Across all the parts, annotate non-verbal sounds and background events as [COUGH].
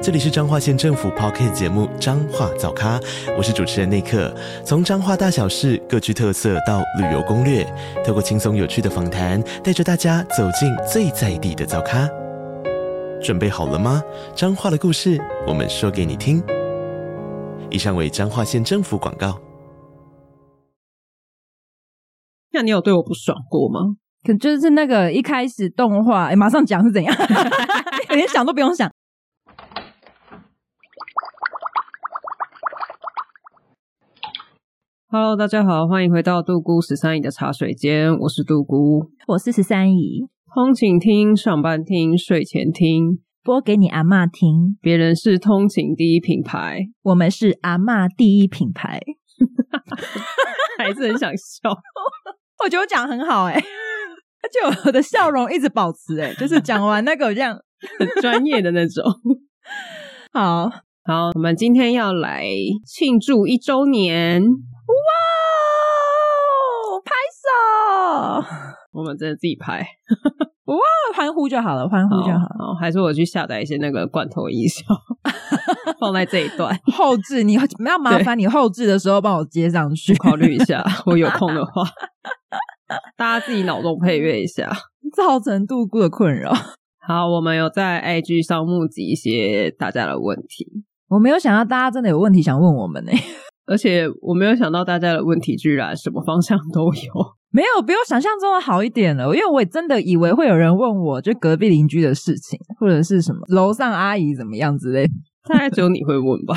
这里是彰化县政府 p o c k t 节目《彰化早咖》，我是主持人内克。从彰化大小事各具特色到旅游攻略，透过轻松有趣的访谈，带着大家走进最在地的早咖。准备好了吗？彰化的故事，我们说给你听。以上为彰化县政府广告。那你有对我不爽过吗？可就是那个一开始动画，哎、马上讲是怎样， [LAUGHS] 连想都不用想。 Hello，大家好，欢迎回到杜姑十三姨的茶水间，我是杜姑。我是十三姨，通勤听、上班听、睡前听，播给你阿嬷听。别人是通勤第一品牌，我们是阿嬷第一品牌，还是很想笑。 [LAUGHS] 我觉得我讲得很好哎、而且我的笑容一直保持哎、就是讲完那个我这样很专业的那种。好哇好，我们今天要来庆祝一周年，哦，拍手我们真的自己拍，欢呼就好了，欢呼就好。好，还是我去下载一些那个罐头音效，放在这一段，后置你要麻烦你后置的时候帮我接上去，考虑一下，我有空的话，大家自己脑洞配乐一下。造成度过的困扰。好，我们有在 IG 上募集一些大家的问题，我没有想到大家真的有问题想问我们呢、而且我没有想到大家的问题居然什么方向都有。没有，比我想象中的好一点了，因为我也真的以为会有人问我，就隔壁邻居的事情，或者是什么楼上阿姨怎么样之类的，大概只有你会问吧？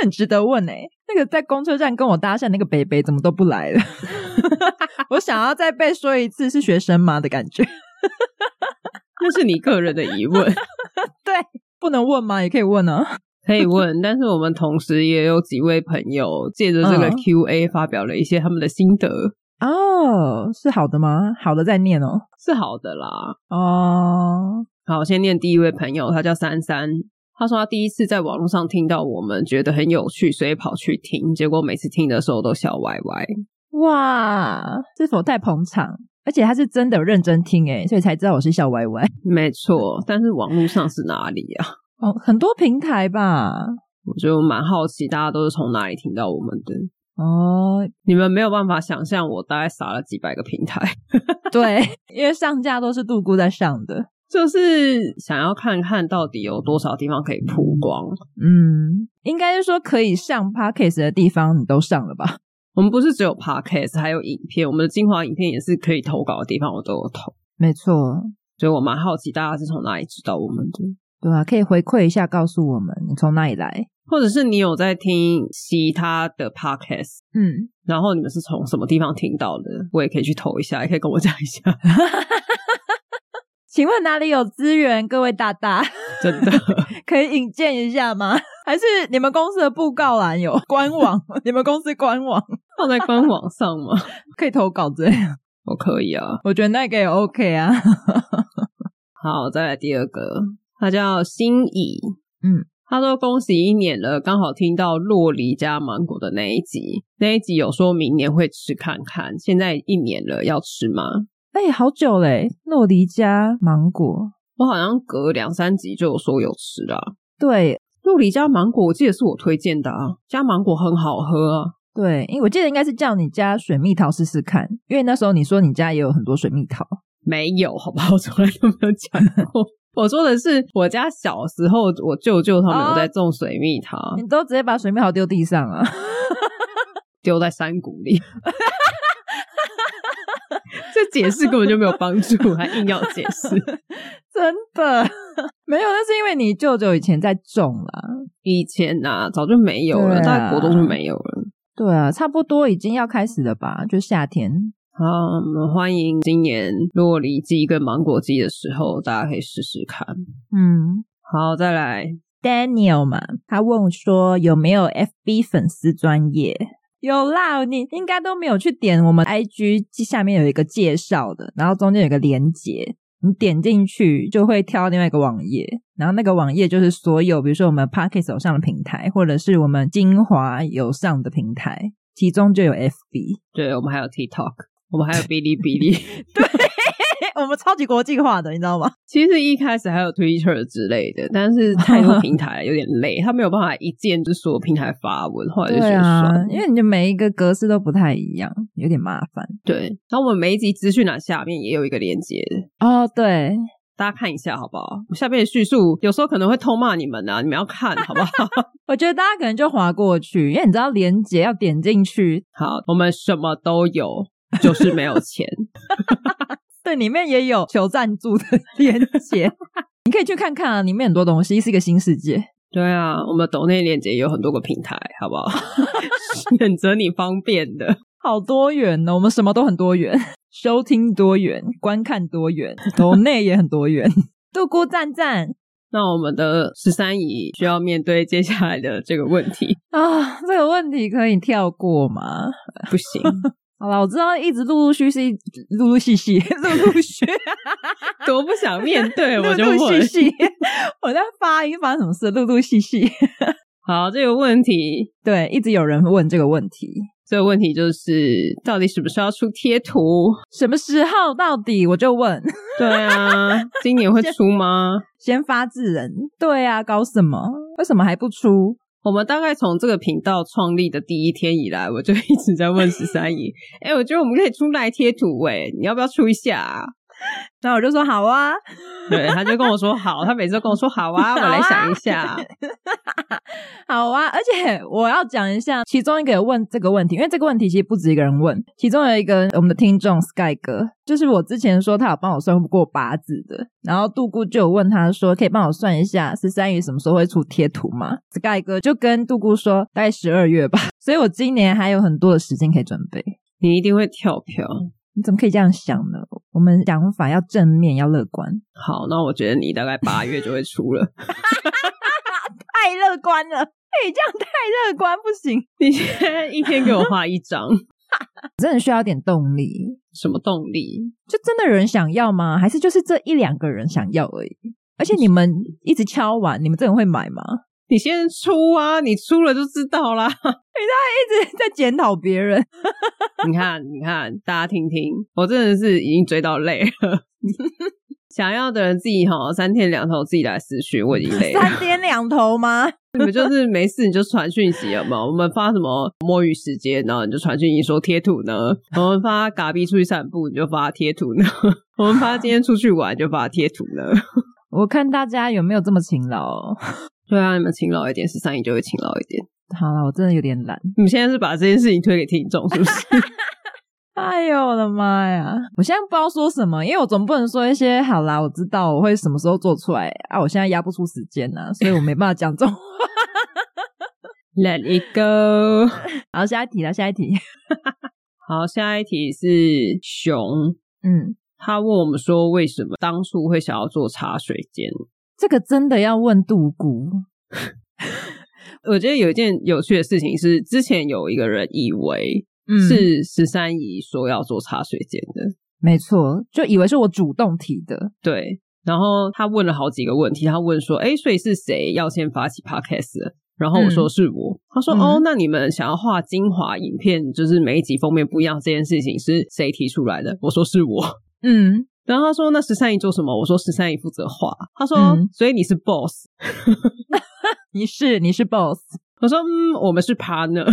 很值得问哎、那个在公车站跟我搭讪那个北北怎么都不来了， [LAUGHS] 我想要再被说一次是学生吗的感觉，那是你个人的疑问，不能问吗？也可以问啊。可以问。但是我们同时也有几位朋友借着这个嗯 Q&A 发表了一些他们的心得，哦，是好的吗？好的再念哦。是好的啦。哦，好，我先念第一位朋友，他叫三三。他说他第一次在网络上听到我们，觉得很有趣，所以跑去听。结果每次听的时候都笑歪歪。哇，是否太捧场？而且他是真的有认真听哎，所以才知道我是小歪歪。没错，但是网络上是哪里啊？哦，很多平台吧。我就蛮好奇，大家都是从哪里听到我们的？哦，你们没有办法想象，我大概撒了几百个平台， [LAUGHS] 对， [LAUGHS] 因为上架都是杜姑在上的。就是想要看看到底有多少地方可以曝光。嗯，应该是说可以上 podcast 的地方你都上了吧？我们不是只有 podcast，还有影片，我们的精华影片也是可以投稿的地方，我都有投。没错，所以我蛮好奇，大家是从哪里知道我们的？对啊，可以回馈一下，告诉我们你从哪里来。或者是你有在听其他的 podcast，嗯，然后你们是从什么地方听到的？我也可以去投一下，也可以跟我讲一下。 [LAUGHS] 请问哪里有资源？各位大大 [LAUGHS] 真的，可以引荐一下吗？ [LAUGHS] 还是你们公司的布告栏 [LAUGHS] 有官网？你们公司官网放在官网上吗？ [LAUGHS] 可以投稿之类的？我可以啊。我觉得那个也 OK 啊。好，再来第二个，他叫心怡，嗯，他说恭喜一年了，刚好听到洛梨加芒果的那一集，那一集有说明年会吃看看，现在一年了，要吃吗？ [LAUGHS] 哎、好久嘞，诺迪加芒果，我好像隔两三集就有说有吃啦。对洛梨加芒果，我记得是我推荐的啊，加芒果很好喝啊。对，因为我记得应该是叫你加水蜜桃试试看，因为那时候你说你家也有很多水蜜桃。没有，好不好？我从来都没有讲过。我说的是我家小时候，我舅舅他们有在种水蜜桃，你都直接把水蜜桃丢地上啊！ [LAUGHS] 丢在山谷里。 [LAUGHS] 这解释根本就没有帮助，还硬要解释。真的 [LAUGHS] 没有，那是因为你舅舅以前在种啦。以前呐、早就没有了，对啊大概国中就没有了。对啊，差不多已经要开始了吧？就夏天。好，我们欢迎今年洛梨季跟芒果季的时候，大家可以试试看。嗯好，再来， ，Daniel 嘛，他问说有没有 FB 粉丝专业？有啦，你应该都没有去点我们 IG 下面有一个介绍的，然后中间有个连接，你点进去就会跳到另外一个网页，然后那个网页就是所有，比如说我们 Pocket 有上的平台，或者是我们精华有上的平台，其中就有 FB。对我们还有 TikTok，我们还有哔哩哔哩。 [LAUGHS] 我们超级国际化的，你知道吗？其实一开始还有 Twitter 之类的，但是太多平台了有点累，他没有办法一键就所有平台发文，后来就觉对得算啊了，因为你的每一个格式都不太一样，有点麻烦。对，然后我们每一集资讯栏下面也有一个连接，哦，对，大家看一下好不好？我下面的叙述有时候可能会痛骂你们啊，你们要看好不 [LAUGHS] 好？我觉得大家可能就划过去，因为你知道连接要点进去，好，我们什么都有，就是没有钱。对，里面也有求赞 [LAUGHS] 助的连接，你可以去看看啊，里面很多东西是一个新世界。对啊，我们抖内链接也有很多个平台，好不好？ [LAUGHS] 选择你方便的。好多元哦呢、我们什么都很多元，收听多元，观看多元，抖内也很多元。杜姑赞赞那我们的十三姨需要面对接下来的这个问题，啊，这个问题可以跳过吗？不行，好了，我知道一直陆陆续续、陆陆续续、陆陆续多不想面 [LAUGHS] 对， [LAUGHS] 我就陆陆问续。续，我在发音发生什么事？陆陆续续， [LAUGHS] 好，这个问题，对，一直有人问这个问题，这个问题就是到底什么时候要出贴图？什么时候到底？我就问， [LAUGHS] [LAUGHS] 对啊，今年会出 [LAUGHS] 吗？先发制人，对啊，搞什么？为什么还不出？我们大概从这个频道创立的第一天以来，我就一直在问十三 [LAUGHS] 姨，哎、我觉得我们可以出来贴图、哎，你要不要出一下、 [LAUGHS] 啊？然后我就说好啊，对，他就跟我说好，他每次都跟我说好 [LAUGHS] 啊，我来想一下。好啊，而且我要讲一下，其中一个有问这个问题，因为这个问题其实不止一个人问，其中有一个我们的听众 Sky 哥，就是我之前说他有帮我算过八字的，然后杜姑就有问他说，可以帮我算一下十三姨什么时候会出贴图吗？Sky 哥就跟杜姑说，大概十二月吧，所以我今年还有很多的时间可以准备。你一定会跳票。你怎么可以这样想呢？我们想法要正面，要乐观，好，那我觉得你大概八月就会出了。太乐观了。哎、这样太乐观不行， [LAUGHS] 你现在一天给我画一张，真的需要一点动力。 [LAUGHS] 什么动力？就真的有人想要吗？还是就是这一两个人想要而已？而且你们一直敲碗，你们这人会买吗？ [LAUGHS] 你先出啊，你出了就知道啦。一直在检讨别人，你看，你看，大家听听，我真的是已经追到累了。 [LAUGHS] 想要的人自己哈，三天两头自己来私讯，我已经累了。三天两头吗？ [LAUGHS] 你们就是没事你就传讯息了嘛，我们发什么摸鱼时间，然后你就传讯息说贴图呢，我们发嘎逼出去散步你就发贴图呢，我们发今天出去玩就发贴图呢。 [LAUGHS] 我看大家有没有这么勤劳。哦对啊，你们勤劳一点，十三姨就会勤劳一点。 [LAUGHS] 好了，我真的有点懒。你们现在是把这件事情推给听众是不 [LAUGHS] 是？ [LAUGHS] 哎呦我的妈呀！我现在不知道说什么，因为我总不能说一些好啦，我知道我会什么时候做出来啊，我现在压不出时间 [LAUGHS] 呐、所以我没办法讲这种。 Let it go。 [LAUGHS] 好，下一题啦，下一题。好，下一题是熊，嗯，他问我们说为什么当初会想要做茶水间。这个真的要问杜姑。我觉得有一件有趣的事情是，之前有一个人以为嗯是十三姨说要做茶水间的，没错，就以为是我主动提的。对。然后他问了好几个问题，他问说：“哎，所以是谁要先发起 podcast？” 的然后我说嗯是我，他说：“嗯哦，那你们想要画精华影片，就是每一集封面不一样这件事情是谁提出来的？”我说是我。 [LAUGHS] 嗯，然后他说：“那十三姨做什么？”我说：“十三姨负责画。”他说：“嗯所以你是 boss。你是你是 boss。”我说：“嗯，我们是 partner。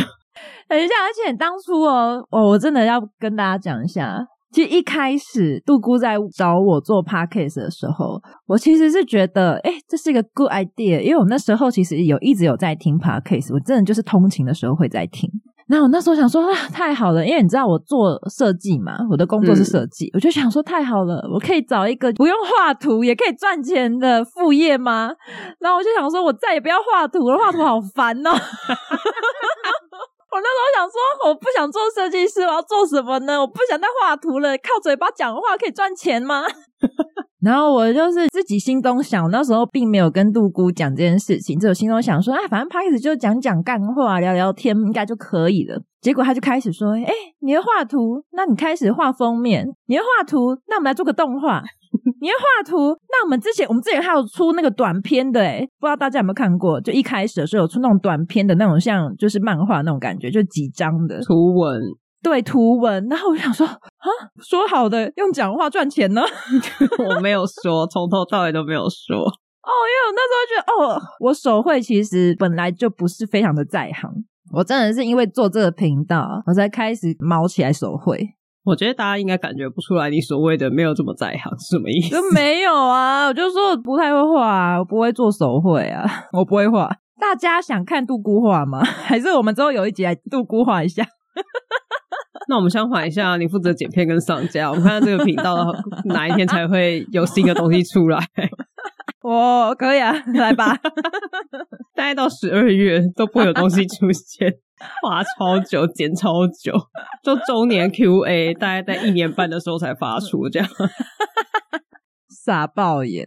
等一下，而且当初哦，哦，我真的要跟大家讲一下。其实一开始杜姑在找我做 podcast 的时候，我其实是觉得，哎、这是一个 good idea，因为我那时候其实有一直有在听 podcast，我真的就是通勤的时候会在听。那我那时候想说啊，太好了，因为你知道我做设计嘛，我的工作是设计，我就想说太好了，我可以找一个不用画图也可以赚钱的副业吗？然后我就想说，我再也不要画图了，画图好烦哦。我那时候想说，我不想做设计师，我要做什么呢？我不想再画图了，靠嘴巴讲话可以赚钱吗？然后我就是自己心中想，我那时候并没有跟杜姑讲这件事情，只有心中想说啊，反正 p a 就讲讲干话，聊聊天应该就可以了。结果他就开始说：“哎、你会画图，那你开始画封面；你会画图，那我们来做个动画；你会画图，那我们之前我们之前还有出那个短片的，哎，不知道大家有没有看过？就一开始的时候有出那种短片的那种，像就是漫画那种感觉，就几张的，图文 [LAUGHS] 对图文。然后我就想说，啊，说好的用讲话赚钱呢？我没有说，从头到尾都没有说。哦，因为我那时候觉得，哦，我手绘其实本来就不是非常的在行，我真的是因为做这个频道，我才开始毛起来手绘，我觉得大家应该感觉不出来，你所谓的没有这么在行是什么意思？就没有啊，我就说我不太会画、啊，我不会做手绘啊， [LAUGHS] 我不会画。大家想看杜姑画吗？ [LAUGHS] 还是我们之后有一集来杜姑画一下？ [LAUGHS] 那我们相反一下，你负责剪片跟上架，我们看看这个频 [LAUGHS] 道哪一天才会有新的东西出来。 [LAUGHS] 哦，可以啊，来吧。大概到十二月都不会有东西出现， [LAUGHS] 花超久，剪超久，就周年 Q&A 大概在一年半的时候才发出，这样傻爆眼！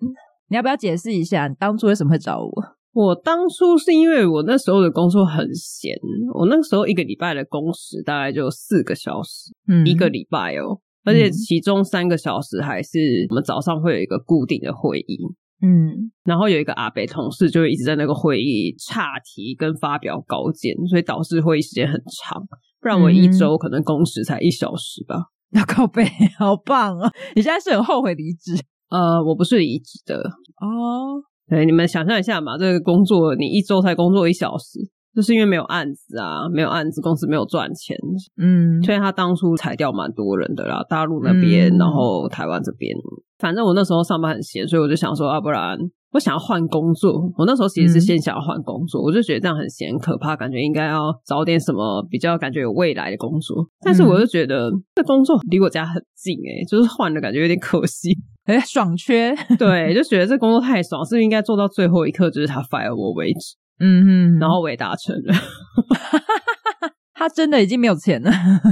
你要不要解释一下，你当初为什么会找我？我当初是因为我那时候的工作很闲，我那时候一个礼拜的工时大概就四个小时，嗯一个礼拜哦，而且嗯其中三个小时还是我们早上会有一个固定的会议，嗯 [LAUGHS] 然后有一个阿北同事就会一直在那个会议岔题跟发表稿件，所以导致会议时间很长。不然我一嗯周可能工时才一小时吧。要靠背，好棒哦！你现在是很后悔离职呃，我不是离职的。哦？对，你们想象一下嘛，这个工作你一周才工作一小时，就是因为没有案子啊，没有案子，公司没有赚钱，嗯，所以他当初裁掉蛮多人的啦，大陆那边，嗯然后台湾这边。反正我那时候上班很闲，所以我就想说，啊，不然我想要换工作。我那时候其实是先想要换工作，我就觉得这样很闲，可怕，感觉应该要找点什么比较感觉有未来的工作。但是我就觉得、这工作离我家很近、欸，就是换的感觉有点可惜。哎、爽缺，对，就觉得这工作太爽，是不是应该做到最后一刻，就是他 fire 我为止？嗯嗯，然后我也达成了。他真的已经没有钱了，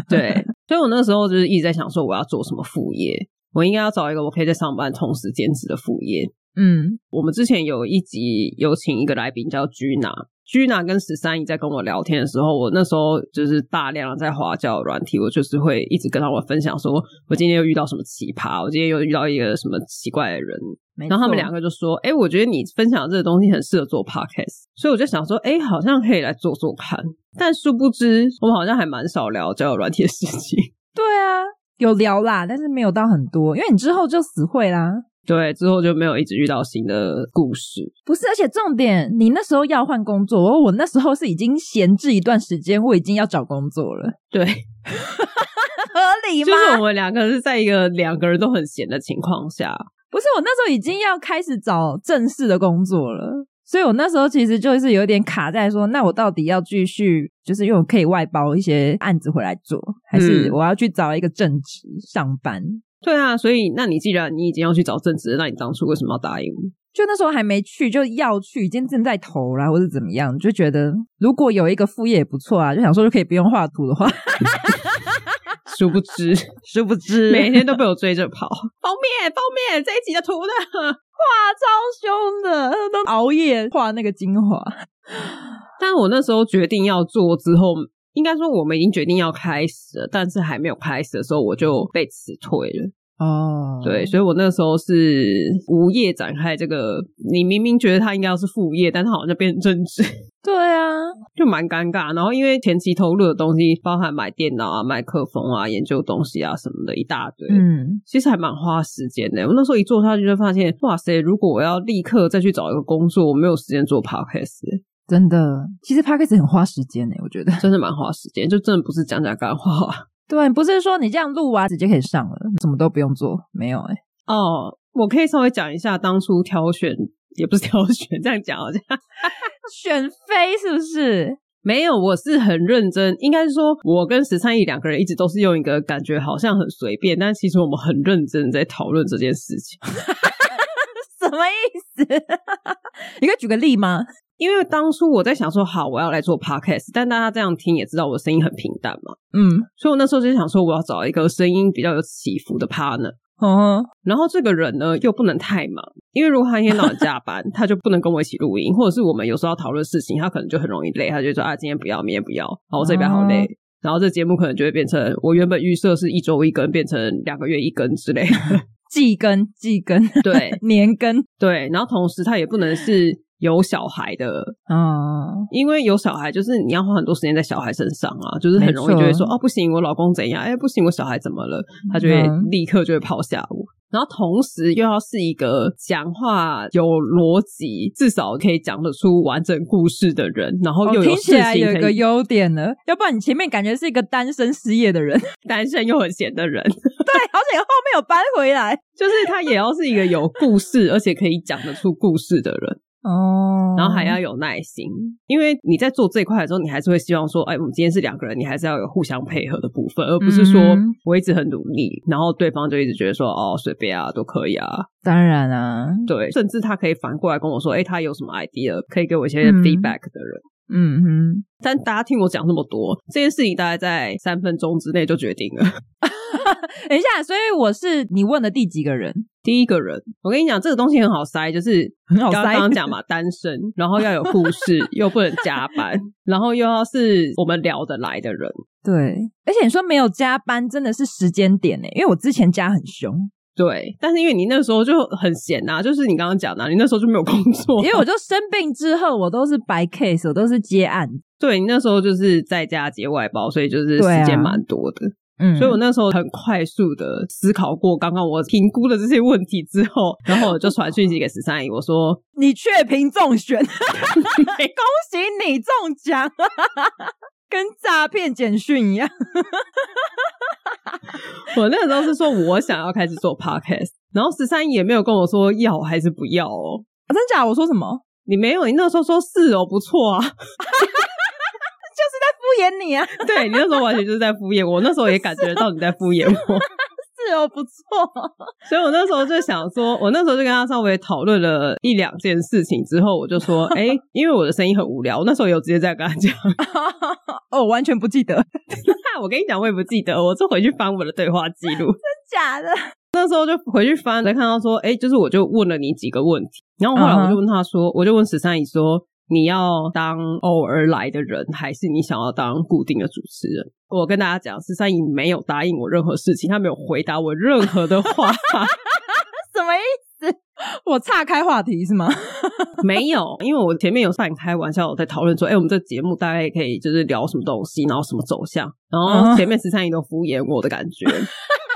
对，所以我那时候就是一直在想说，我要做什么副业？我应该要找一个我可以在上班同时兼职的副业。 [LAUGHS] 嗯我们之前有一集有请一个来宾叫 Gina。Gina 跟十三姨在跟我聊天的时候，我那时候就是大量的在滑教软体，我就是会一直跟他们分享说，我今天又遇到什么奇葩，我今天又遇到一个什么奇怪的人，没然后他们错两个就说：“哎、我觉得你分享的这个东西很适合做 podcast。”所以我就想说：“哎、好像可以来做做看。”但殊不知，我们好像还蛮少聊交友软体的事情。对啊，有聊啦，但是没有到很多，因为你之后就死会啦。对，之后就没有一直遇到新的故事。不是，而且重点，你那时候要换工作，我我那时候是已经闲置一段时间，我已经要找工作了，对， [LAUGHS] 合理就是我们两个是在一个两个人都很闲的情况下，不是，我那时候已经要开始找正式的工作了，所以我那时候其实就是有点卡在说，那我到底要继续，就是因为我可以外包一些案子回来做，还是嗯我要去找一个正职上班？对啊，所以那你既然你已经要去找正职了，那你当初为什么要答应？就那时候还没去，就要去，已经正在投啦，或者怎么样，就觉得如果有一个副业也不错啊，就想说就可以不用画图的话，殊不知， [LAUGHS] 殊不知每 [LAUGHS] 天都被我追着跑。封面，封面，这一集的图呢？画超凶的，都熬夜画那个精华，但我那时候决定要做之后，应该说我们已经决定要开始了，但是还没有开始的时候，我就被辞退了。哦对，，所以我那时候是无业展开这个，你明明觉得他应该要是副业，但他好像变成正职， [LAUGHS] 对啊，就蛮尴尬。然后因为前期投入的东西，包含买电脑啊、麦克风啊、研究东西啊什么的，一大堆。嗯，其实还蛮花时间的。我那时候一做下去就发现，哇塞！如果我要立刻再去找一个工作，我没有时间做 podcast，真的，其实 p a c k a g e 很花时间呢、我觉得。 [LAUGHS] 真的蛮花时间，就真的不是讲讲干话。对，不是说你这样录啊，直接可以上了，什么都不用做，没有哎、哦，我可以稍微讲一下当初挑选，也不是挑选，这 [LAUGHS] 样讲好像选妃是不是？ [LAUGHS] 没有，我是很认真，应该是说我跟十三姨两个人一直都是用一个感觉好像很随便，但其实我们很认真在讨论这件事情。什么意思？ [LAUGHS] 你可以举个例吗？因为当初我在想说，好，我要来做 podcast，但大家这样听也知道我的声音很平淡嘛，嗯，所以我那时候就想说，我要找一个声音比较有起伏的 partner。哦，然后这个人呢又不能太忙，因为如果他一天到晚加班，他就不能跟我一起录音，或者是我们有时候要讨论事情，他可能就很容易累，他就说啊今天不要，明天不要，啊我这礼拜好累，然后这节目可能就会变成我原本预设是一周一更，变成两个月一更之类的。 [LAUGHS] 季更、季 [LAUGHS] 更、对年更，对，然后同时它也不能是有小孩的哦，因为有小孩，就是你要花很多时间在小孩身上啊，就是很容易就会说没错哦，不行，我老公怎样？哎，不行，我小孩怎么了？他就会嗯立刻就会抛下我。然后同时又要是一个讲话有逻辑，至少可以讲得出完整故事的人，然后又哦有听事起来有情一可个以优点呢，要不然你前面感觉是一个单身失业的人， [LAUGHS] 对，单身又很闲的人， [LAUGHS] 好险后面有搬回来就是他也要是一个有故事，而且可以讲得出故事的人。哦然后还要有耐心，因为你在做这一块的时候，你还是会希望说，哎，我们今天是两个人，你还是要有互相配合的部分，而不是说嗯我一直很努力，然后对方就一直觉得说，哦，随便啊，都可以啊，当然啊，对，甚至他可以反过来跟我说，哎，他有什么 idea 可以给我一些嗯 feedback 的人。嗯哼，但大家听我讲这么多，这件事情大概在三分钟之内就决定了。 [LAUGHS] 等一下，所以我是你问的第几个人？第一个人，我跟你讲，这个东西很好筛，就是很好刚筛刚讲嘛，单身，然后要有故 [LAUGHS] 事，又不能加班，然后又要是我们聊得来的人。对，而且你说没有加班，真的是时间点呢，因为我之前加很凶，对，但是因为你那时候就很闲呐、就是你刚刚讲的啊、你那时候就没有工作，因为我就生病之后，我都是白 case，我都是接案，对你那时候就是在家接外包，所以就是时对间啊蛮多的。嗯，所以我那时候很快速的思考过刚刚我评估的这些问题之后，然后我就传讯息给十三姨，我说你确评中选， [LAUGHS] 恭喜你中奖，跟诈骗简讯一样。我那个时候是说我想要开始做 podcast，然后十三姨也没有跟我说要还是不要哦。啊真假？我说什么？你没有，你那时候说是哦，不错啊。 [LAUGHS] 敷衍你啊？ [LAUGHS] 对你那时候完全就是在敷衍我，那时候也感觉到你在敷衍我。是哦，不错。所以我那时候就想说，我那时候就跟他稍微讨论了一两件事情之后，我就说，哎、因为我的声音很无聊，我那时候有直接在跟他讲。 [LAUGHS] 哦，完全不记得，真我跟你讲，我也不记得，我就回去翻我的对话记录。 [LAUGHS] 假的？那时候就回去翻，才看到说，哎、就是我就问了你几个问题，然后后来我就问他说我就问十三姨说，你要当偶尔来的人，还是你想要当固定的主持人？我跟大家讲，十三姨没有答应我任何事情，她没有回答我任何的话。什么意思？ [LAUGHS] 我岔开话题是吗？ [LAUGHS] [LAUGHS] 没有，因为我前面有半开玩笑，我在讨论说，哎、我们这节目大概可以就是聊什么东西，然后什么走向，然后嗯前面十三姨都敷衍我的感觉。 [LAUGHS]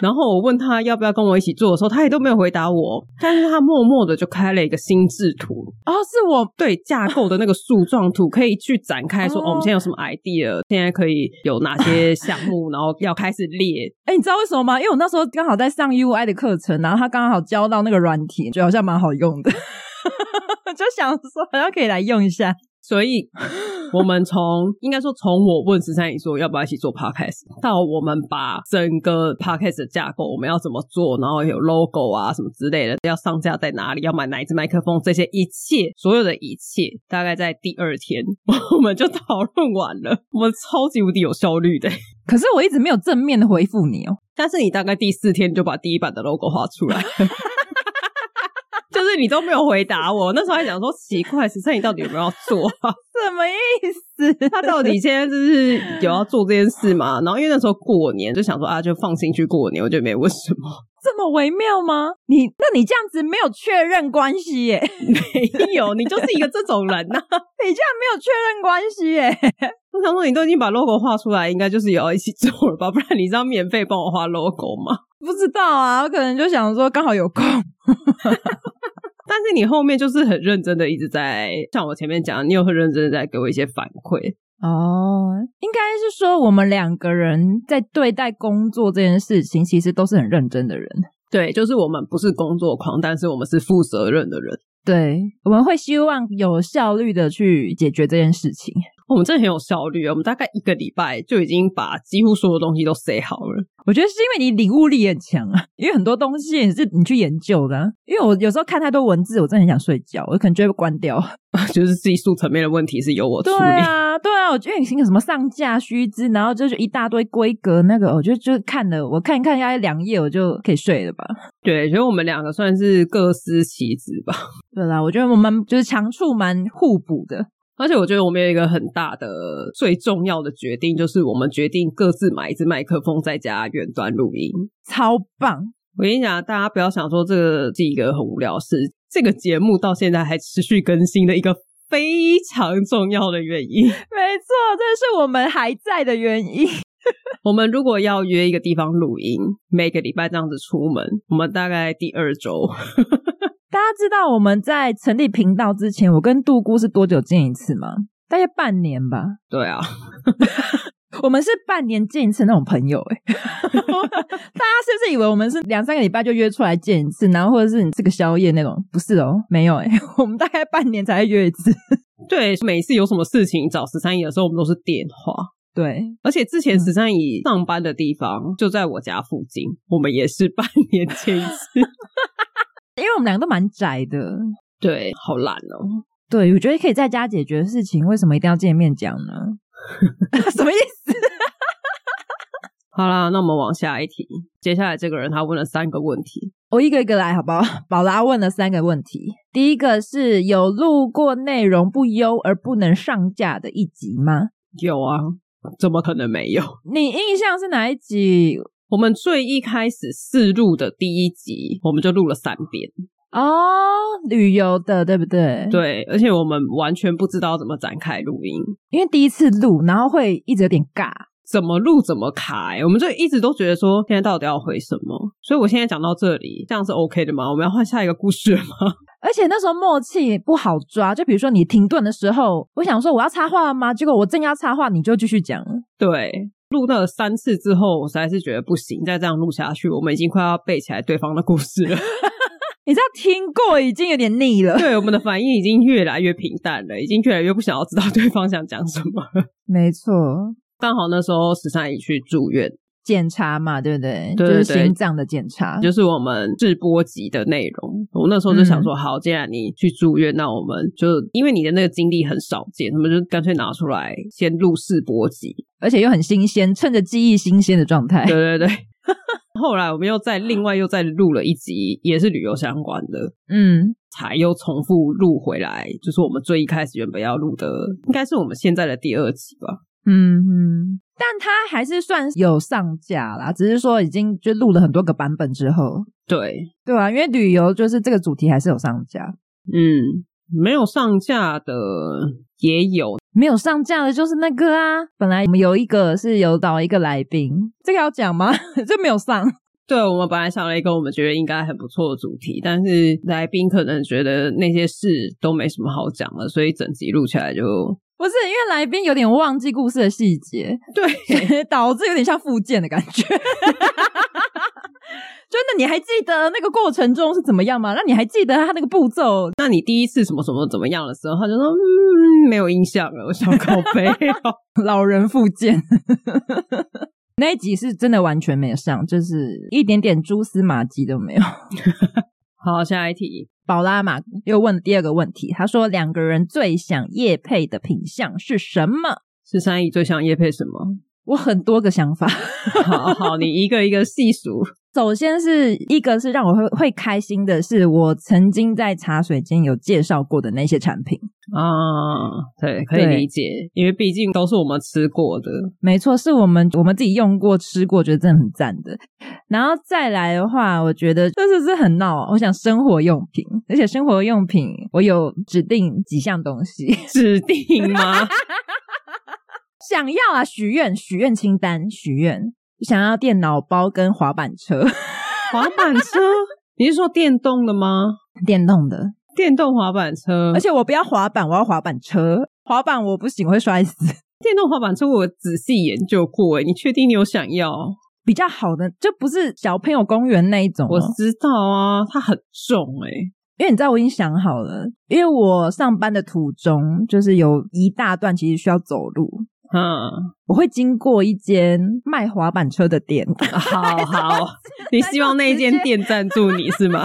然后我问他要不要跟我一起做的时候，他也都没有回答我，但是他默默的就开了一个心智图，哦，是我对架构的那个树状图可以去展开说，哦哦，我们现在有什么 idea，现在可以有哪些项目，然后要开始列，哎、你知道为什么吗？因为我那时候刚好在上 UI 的课程，然后他刚好教到那个软体，觉得好像蛮好用的， [LAUGHS] 就想说好像可以来用一下。所以，我们从应该说从我问十三姨说要不要一起做 podcast，到我们把整个 podcast 的架构我们要怎么做，然后有 logo 啊什么之类的，要上架在哪里，要买哪一支麦克风，这些一切所有的一切，大概在第二天 [LAUGHS] 我们就讨论完了。我们超级无敌有效率的，可是我一直没有正面的回复你哦。但是你大概第四天就把第一版的 logo 画出来。 [LAUGHS] 就是你都没有回答我，那时候还想说奇怪，十三姨到底有没有要做啊？什么意思？他到底现在就是有要做这件事吗？然后因为那时候过年就想说啊，就放心去过年，我就没问什么， [LAUGHS] 这么微妙吗？你那你这样子没有确认关系耶， [LAUGHS] 没有，你就是一个这种人呐、你这样没有确认关系耶， [LAUGHS] 我想说，你都已经把 logo 画出来，应该就是也要一起做了吧？不然你是要免费帮我画 logo 吗？不知道啊，我可能就想说刚好有空，但是你后面就是很认真的一直在，像我前面讲的，你有很认真的在给我一些反馈，哦，应该是说我们两个人在对待工作这件事情，其实都是很认真的人。对，就是我们不是工作狂，但是我们是负责任的人，对，我们会希望有效率的去解决这件事情。我们真的很有效率，哦我们大概一个礼拜就已经把几乎所有东西都塞好了。我觉得是因为你领悟力很强啊，因为很多东西也是你去研究的啊、因为我有时候看太多文字，我真的很想睡觉，我可能就会关掉。就是技术层面的问题是由我处对理。啊，对啊，我觉得你那个什么上架须知，然后就是一大堆规格那个，我觉得就看了，我看一看，大概两页我就可以睡了吧。 [LAUGHS] 对，所以我们两个算是各司其职吧。对啦，我觉得我们就是强处蛮互补的。而且我觉得我们有一个很大的、最重要的决定，就是我们决定各自买一支麦克风，在家远端录音。超棒！我跟你讲，大家不要想说这个是一个很无聊的事，这个节目到现在还持续更新的一个非常重要的原因。 [LAUGHS] 没错，这是我们还在的原因。 [LAUGHS] 我们如果要约一个地方录音，每个礼拜这样子出门，我们大概第二周 [LAUGHS] 大家知道我们在成立频道之前，我跟杜姑是多久见一次吗？大概半年吧。对啊，我们是半年见一次那种朋友、欸， [LAUGHS] 哎，大家是不是以为我们是两三个礼拜就约出来见一次，然后或者是你吃个宵夜那种？不是哦，没有、欸， [LAUGHS] 哎，我们大概半年才会约一次。对，每次有什么事情找十三姨的时候，我们都是电话。对，而且之前十三姨上班的地方就在我家附近，我们也是半年见一次。 [LAUGHS] 因为我们两个都蛮宅的。对，好懒哦。对，我觉得可以在家解决的事情，为什么一定要见面讲呢？ [LAUGHS] 什么意思？好啦，那我们往下一题。接下来这个人他问了三个问题，我一个一个来，好不好？宝拉问了三个问题。第一个是有录过内容不优而不能上架的一集吗？有啊，怎么可能没有？你印象是哪一集？我们最一开始试录的第一集，我们就录了三遍。哦，旅游的，对不对？对，而且我们完全不知道怎么展开录音，因为第一次录，然后会一直有点尬。怎么录怎么卡、欸我们就一直都觉得说，现在到底要回什么？所以我现在讲到这里，这样是 OK 的吗？我们要换下一个故事了吗？ [LAUGHS] 而且那时候默契不好抓，就比如说你停顿的时候，我想说我要插话了吗？结果我正要插话，你就继续讲了。对，录到了三次之后，我实在是觉得不行，再这样录下去，我们已经快要背起来对方的故事了。 [LAUGHS] 你知道听过已经有点腻了，对，我们的反应已经越来越平淡了，已经越来越不想要知道对方想讲什么了。没错，刚好那时候十三姨去住院，检查嘛，对不对？对对就是心脏的检查。就是我们直播集的内容。我那时候就想说，好，既然你去住院，那我们就因为你的那个经历很少见，我们就干脆拿出来先录试播集。而且又很新鲜，趁着记忆新鲜的状态。对对 [LAUGHS] 对。后来我们又在另外又再录了一集，也是旅游相关的，嗯，才又重复录回来，就是我们最一开始原本要录的，应该是我们现在的第二集吧。嗯嗯，但它还是算有上架啦，只是说已经就录了很多个版本之后，对，对啊，因为旅游就是这个主题还是有上架，嗯，没有上架的也有，没有上架的就是那个啊，本来我们有一个是有找一个来宾，这个要讲吗？ [LAUGHS] 这没有上，对，我们本来想了一个我们觉得应该很不错的主题，但是来宾可能觉得那些事都没什么好讲了，所以整集录起来就不是因为来宾有点忘记故事的细节，对 [LAUGHS] 导致有点像附件的感觉。 [LAUGHS] 真的，你还记得那个过程中是怎么样吗？那你还记得他那个步骤？那你第一次什么什么怎么样的时候，他就说嗯没有印象了，我想靠背、哦。老人附件 [LAUGHS] 那一集是真的完全没有上，就是一点点蛛丝马迹都没有。好，下一题，宝拉玛又问了第二个问题，他说两个人最想夜配的品相是什么？十三姨最想夜配什么？我很多个想法，好好，你一个一个细数。首先是一个是让我会会开心的是，我曾经在茶水间有介绍过的那些产品。啊，对，可以对理解，因为毕竟都是我们吃过的，没错，是我们我们自己用过、吃过，觉得真的很赞的。然后再来的话，我觉得这是是很闹。我想生活用品，而且生活用品我有指定几项东西，指定吗？想要啊，许愿许愿清单，许愿想要电脑包跟滑板车， [LAUGHS] 滑板车？你是说电动的吗？电动的，电动滑板车，而且我不要滑板，我要滑板车。滑板我不行，我会摔死。电动滑板车我仔细研究过，欸诶你确定你有想要？比较好的就不是小朋友公园那一种、我哦，知道啊，它很重哎、因为你知道我已经想好了，因为我上班的途中就是有一大段其实需要走路，啊，我会经过一间卖滑板车的店，[LAUGHS] [LAUGHS] [LAUGHS] 好好，你希望那一间店赞助你是吗？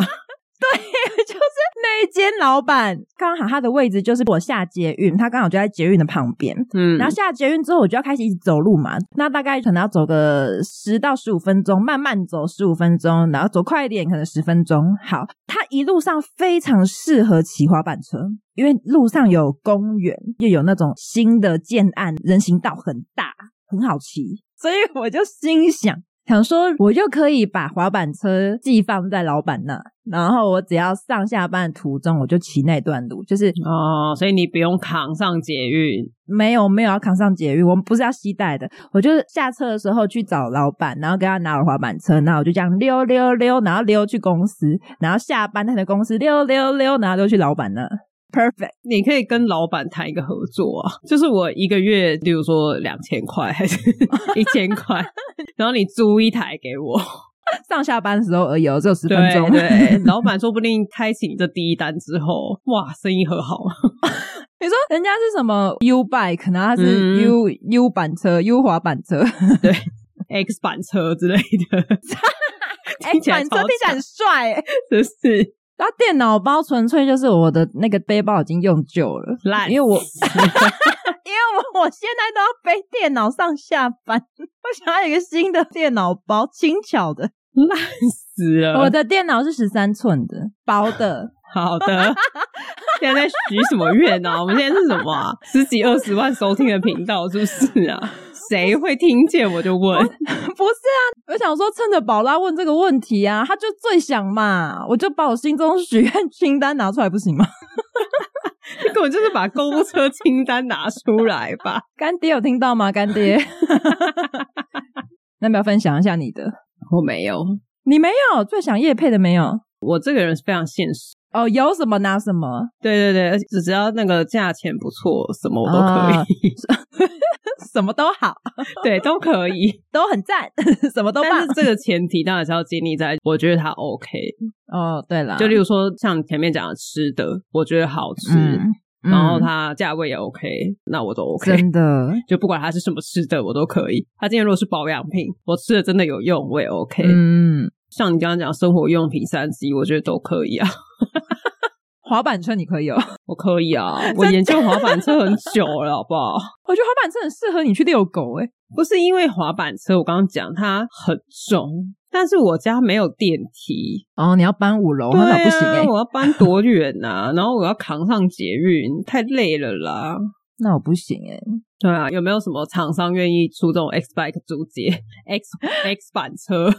就是那那一间老板刚好他的位置就是我下捷运，他刚好就在捷运的旁边。嗯，然后下捷运之后，我就要开始一直走路嘛。那大概可能要走个十到十五分钟，慢慢走十五分钟，然后走快一点，可能十分钟。好，它一路上非常适合骑滑板车，因为路上有公园，又有那种新的建案，人行道很大，很好骑。所以我就心想，想说我就可以把滑板车寄放在老板那，然后我只要上下班的途中，我就骑那段路，就是哦，所以你不用扛上捷运，没有没有要扛上捷运，我们不是要吸带的。我就是下车的时候去找老板，然后跟他拿我滑板车，然后我就这样溜溜溜，然后溜去公司，然后下班他的公司溜溜溜，然后溜去老板那。Perfect，你可以跟老板谈一个合作啊，就是我一个月，例如说两千块 [LAUGHS] 还是一千块，然后你租一台给我， [LAUGHS] 上下班的时候而已哦，只有十对分钟。对，老板说不定开启你这第一单之后，哇，生意和好，你说人家是什么 U bike，然后他嗯是 U、U 板车、U 滑板车， X 板车之类的，[LAUGHS] 哎听起来板车超听起来很帅、哎真是然后电脑包纯粹就是我的那个背包已经用旧了，烂，因为我因为我我现在都要背电脑上下班，我想要有一个新的电脑包，轻巧的。烂死了，呃我的电脑是十三寸的，薄的，好的， [LAUGHS] 现在在许什么愿呢、啊？我们现在是什么、啊、十几二十万收听的频道，是不是啊？谁会听见我就问， [LAUGHS] 不是啊？我想说，趁着宝拉问这个问题啊，他就最想嘛，我就把我心中许愿清单拿出来，不行吗？ [LAUGHS] 你 [LAUGHS] 根本就是把购物车清单拿出来吧。干爹有听到吗？干爹， [LAUGHS] 那要不要分享一下你的？我没有，你没有最想夜配的没有？我这个人是非常现实。哦，有什么拿什么， [LAUGHS] 对对对，而且只要那个价钱不错，什么我都可啊以，什么都好， [LAUGHS] 对，都可以。都很赞，什 [LAUGHS] 么都但棒是。这个前提当然是要建立在我觉得它 OK。哦，对了，就例如说像前面讲的吃的，我觉得好吃，嗯，嗯然后它价位也 OK，那我都 OK。真 [LAUGHS] 的，就不管它是什么吃的，我都可以。它今天如果是保养品，我吃的真的有用，我也 OK。嗯，像你刚刚讲生活用品三 C，我觉得都可以啊，滑板车你可以哦， [LAUGHS] 我可以啊，我研究滑板车很久了，好不好？我觉得滑板车很适合你去遛狗欸诶、不是因为滑板车，我刚刚讲它很重，但是我家没有电梯，哦，你要搬五楼，对那不行欸诶、啊，我要搬多远呐、然后我要扛上捷运，太累了啦。那我不行欸诶、对啊，有没有什么厂商愿意出这种 X bike 租借 X X 板车？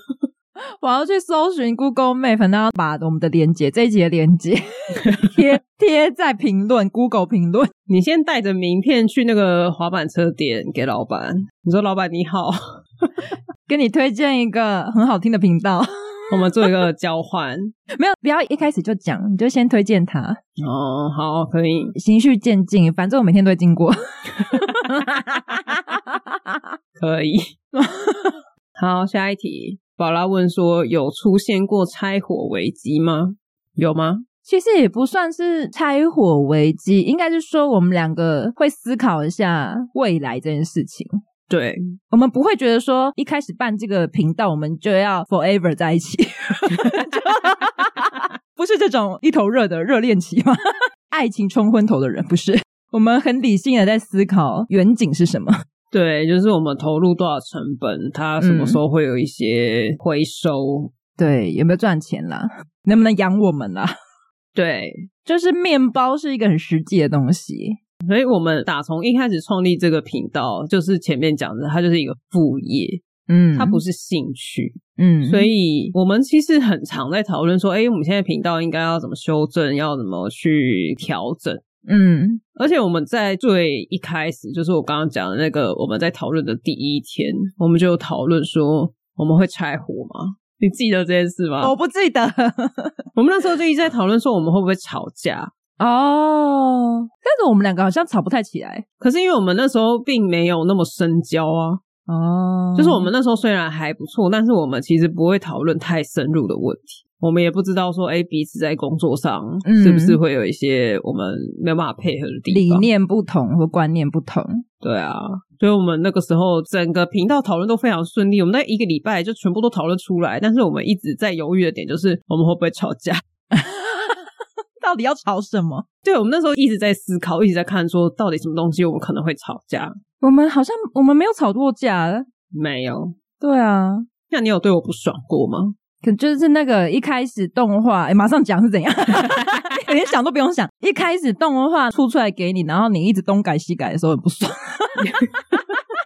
我要去搜寻 Google Map，然后把我们的连接这一集的连接 [LAUGHS] 贴贴在评论 Google 评论。你先带着名片去那个滑板车店给老板，你说老板你好，给你推荐一个很好听的频道， [LAUGHS] 我们做一个交换。没有，不要一开始就讲，你就先推荐它，哦，好，可以。循序渐进。反正我每天都会经过。 [LAUGHS] 可以。 [LAUGHS] 好，下一题。宝拉问说：“有出现过拆火危机吗？有吗其实也不算是拆火危机，应该是说我们两个会思考一下未来这件事情。？”对，我们不会觉得说一开始办这个频道，我们就要 forever 在一起， [LAUGHS] 不是这种一头热的热恋期吗？ [LAUGHS] 爱情冲昏头的人不是。我们很理性的在思考远景是什么。对，就是我们投入多少成本，它什么嗯时候会有一些回收？对，有没有赚钱啦？能不能养我们啦？对，就是面包是一个很实际的东西，所以我们打从一开始创立这个频道，就是前面讲的，它就是一个副业，嗯，它不，是兴趣。嗯，所以我们其实很常在讨论说，哎，我们现在频道应该要怎么修正，要怎么去调整。嗯而且我们在最一开始，就是我刚刚讲的那个，我们在讨论的第一天，我们就有讨论说我们会拆火吗？你记得这件事吗？我不记得。 [LAUGHS] 我们那时候就一直在讨论说我们会不会吵架，哦，但是我们两个好像吵不太起来可是因为我们那时候并没有那么深交啊，哦就是我们那时候虽然还不错，但是我们其实不会讨论太深入的问题。我们也不知道说，哎、彼此在工作上嗯是不是会有一些我们没有办法配合的地理方？念不同或观念不同，对啊，所以我们那个时候整个频道讨论都非常顺利，我们在一个礼拜就全部都讨论出来，但是我们一直在犹豫的点就是我们会不会吵架。到底要吵什么？ [LAUGHS] 对我们那时候一直在思考，一直在看说到底什么东西我们可能会吵架。我们好像我们没有吵过架，没有，对啊，那你有对我不爽过吗？可就是那个一开始动画，哎，马上讲是怎样， [LAUGHS] 连想都不用想。一开始动画出出来给你，然后你一直东改西改的时候很不爽， [LAUGHS]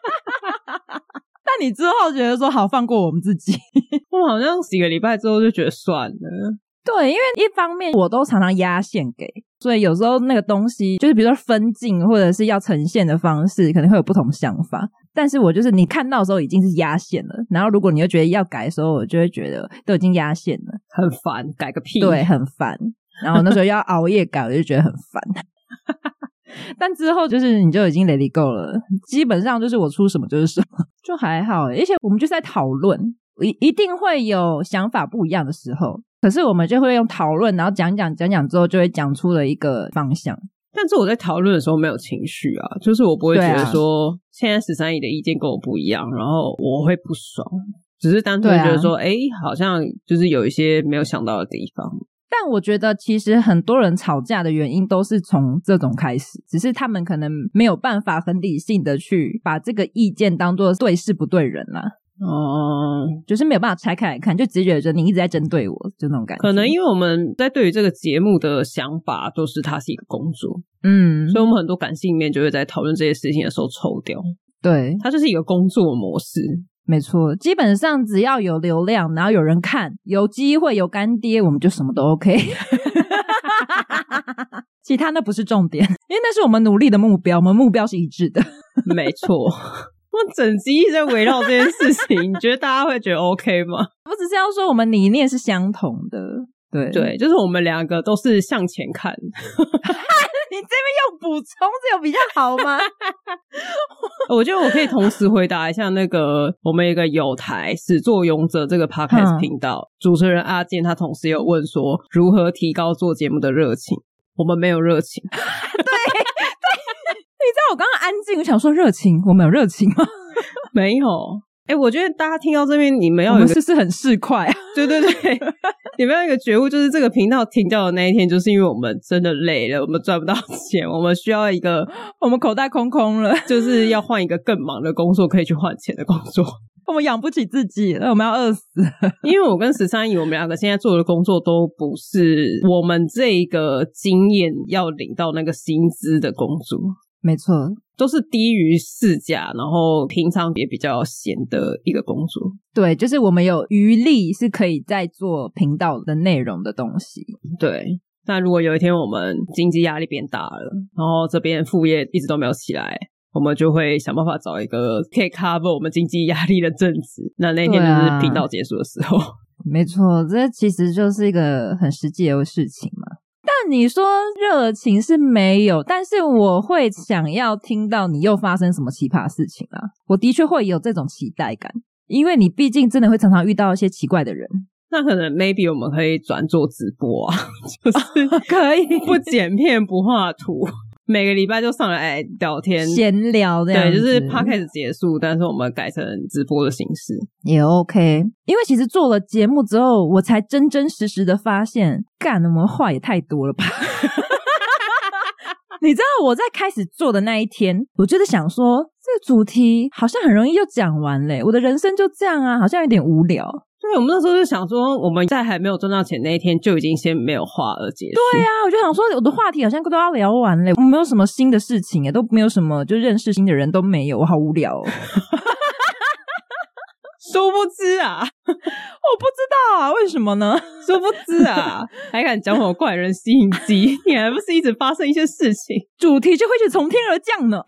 但你之后觉得说好放过我们自己。我好像几个礼拜之后就觉得算了，对，因为一方面我都常常压线给，所以有时候那个东西就是比如说分镜或者是要呈现的方式，可能会有不同想法。但是我就是你看到的时候已经是压线了，然后如果你又觉得要改的时候，我就会觉得都已经压线了，很烦，改个屁。对，，很烦。然后那时候要熬夜改，我就觉得很烦。 [LAUGHS] 但之后就是你就已经 let it go 了，基本上就是我出什么就是什么，就还好。欸而且我们就是在讨论，一一定会有想法不一样的时候，可是我们就会用讨论，然后讲讲讲讲之后，就会讲出了一个方向。但是我在讨论的时候没有情绪啊，就是我不会觉对得啊说、现在十三姨的意见跟我不一样，然后我会不爽，只是单纯对觉啊得说，哎、好像就是有一些没有想到的地方。但我觉得，其实很多人吵架的原因都是从这种开始，只是他们可能没有办法很理性的去把这个意见当做对事不对人啦、哦、就是没有办法拆开来看，就直接觉得你一直在针对我，就那种感觉。可能因为我们在对于这个节目的想法都是它是一个工作，嗯，所以我们很多感性面就会在讨论这些事情的时候抽掉，对，它就是一个工作模式。没错，基本上只要有流量，然后有人看，有机会有干爹，我们就什么都 OK。其他那不是重点，因为那是我们努力的目标，我们目标是一致的。没错， [LAUGHS] 我整集一直在围绕这件事情，你觉得大家会觉得 OK [LAUGHS] 吗？我只是要说，我们理念是相同的。对，对，就是我们两个都是向前看， [LAUGHS] 你这边要补充，这有比较好吗？ [LAUGHS] 我觉得我可以同时回答一下那个我们有一个有台始作俑者这个 podcast 嗯频道、主持人阿健，他同时有问说如何提高做节目的热情。我们没有热情， [LAUGHS] 你知道我刚刚安静，我想说热情，我们有热情吗？没有。哎、我觉得大家听到这边，你们我要有一们个是不是很市侩？啊对对对，你们要有一个觉悟，就是这个频道停掉的那一天，就是因为我们真的累了，我们赚不到钱，我们需要一个 [LAUGHS] 我们口袋空空了。就是要换一个更忙的工作，可以去换钱的工作。我们养不起自己了，我们要饿死。 [LAUGHS] 因为我跟十三姨，我们两个现在做的工作都不是我们这一个经验要领到那个薪资的工作，没错，都是低于市价，然后平常也比较闲的一个工作。对，就是我们有余力是可以在做频道的内容的东西。对。那如果有一天我们经济压力变大了，然后这边副业一直都没有起来，我们就会想办法找一个可以 cover 我们经济压力的正职。那那天对就是啊频道结束的时候，没错，这其实就是一个很实际的事情嘛。但你说热情是没有，但是我会想要听到你又发生什么奇葩事情啦、我的确会有这种期待感，因为你毕竟真的会常常遇到一些奇怪的人。 [LAUGHS] 那可能 maybe 我们可以转做直播啊， [LAUGHS] 就是可以不剪片不画图，每个礼拜就上来聊天。闲聊这样对，子，就是 podcast 结束，但是我们改成直播的形式。也 OK，因为其实做了节目之后，我才真真实实的发现，干我们话也太多了吧。 [LAUGHS] 你知道我在开始做的那一天，我就是想说，这个主题好像很容易就讲完嘞，我的人生就这样啊，好像有点无聊。对，我们那时候就想说，我们在还没有赚到钱那一天，就已经先没有话而结束。对啊呀、我就想说，我的话题好像都要聊完嘞，我没有什么新的事情哎，都没有什么就认识新的人都没有，我好无聊、哦。 [LAUGHS] 殊不知啊，我不知道啊，为什么呢？殊不知啊，还敢讲我怪人吸引机？你还不是一直发生一些事情？ [LAUGHS] 主题就会是从天而降呢，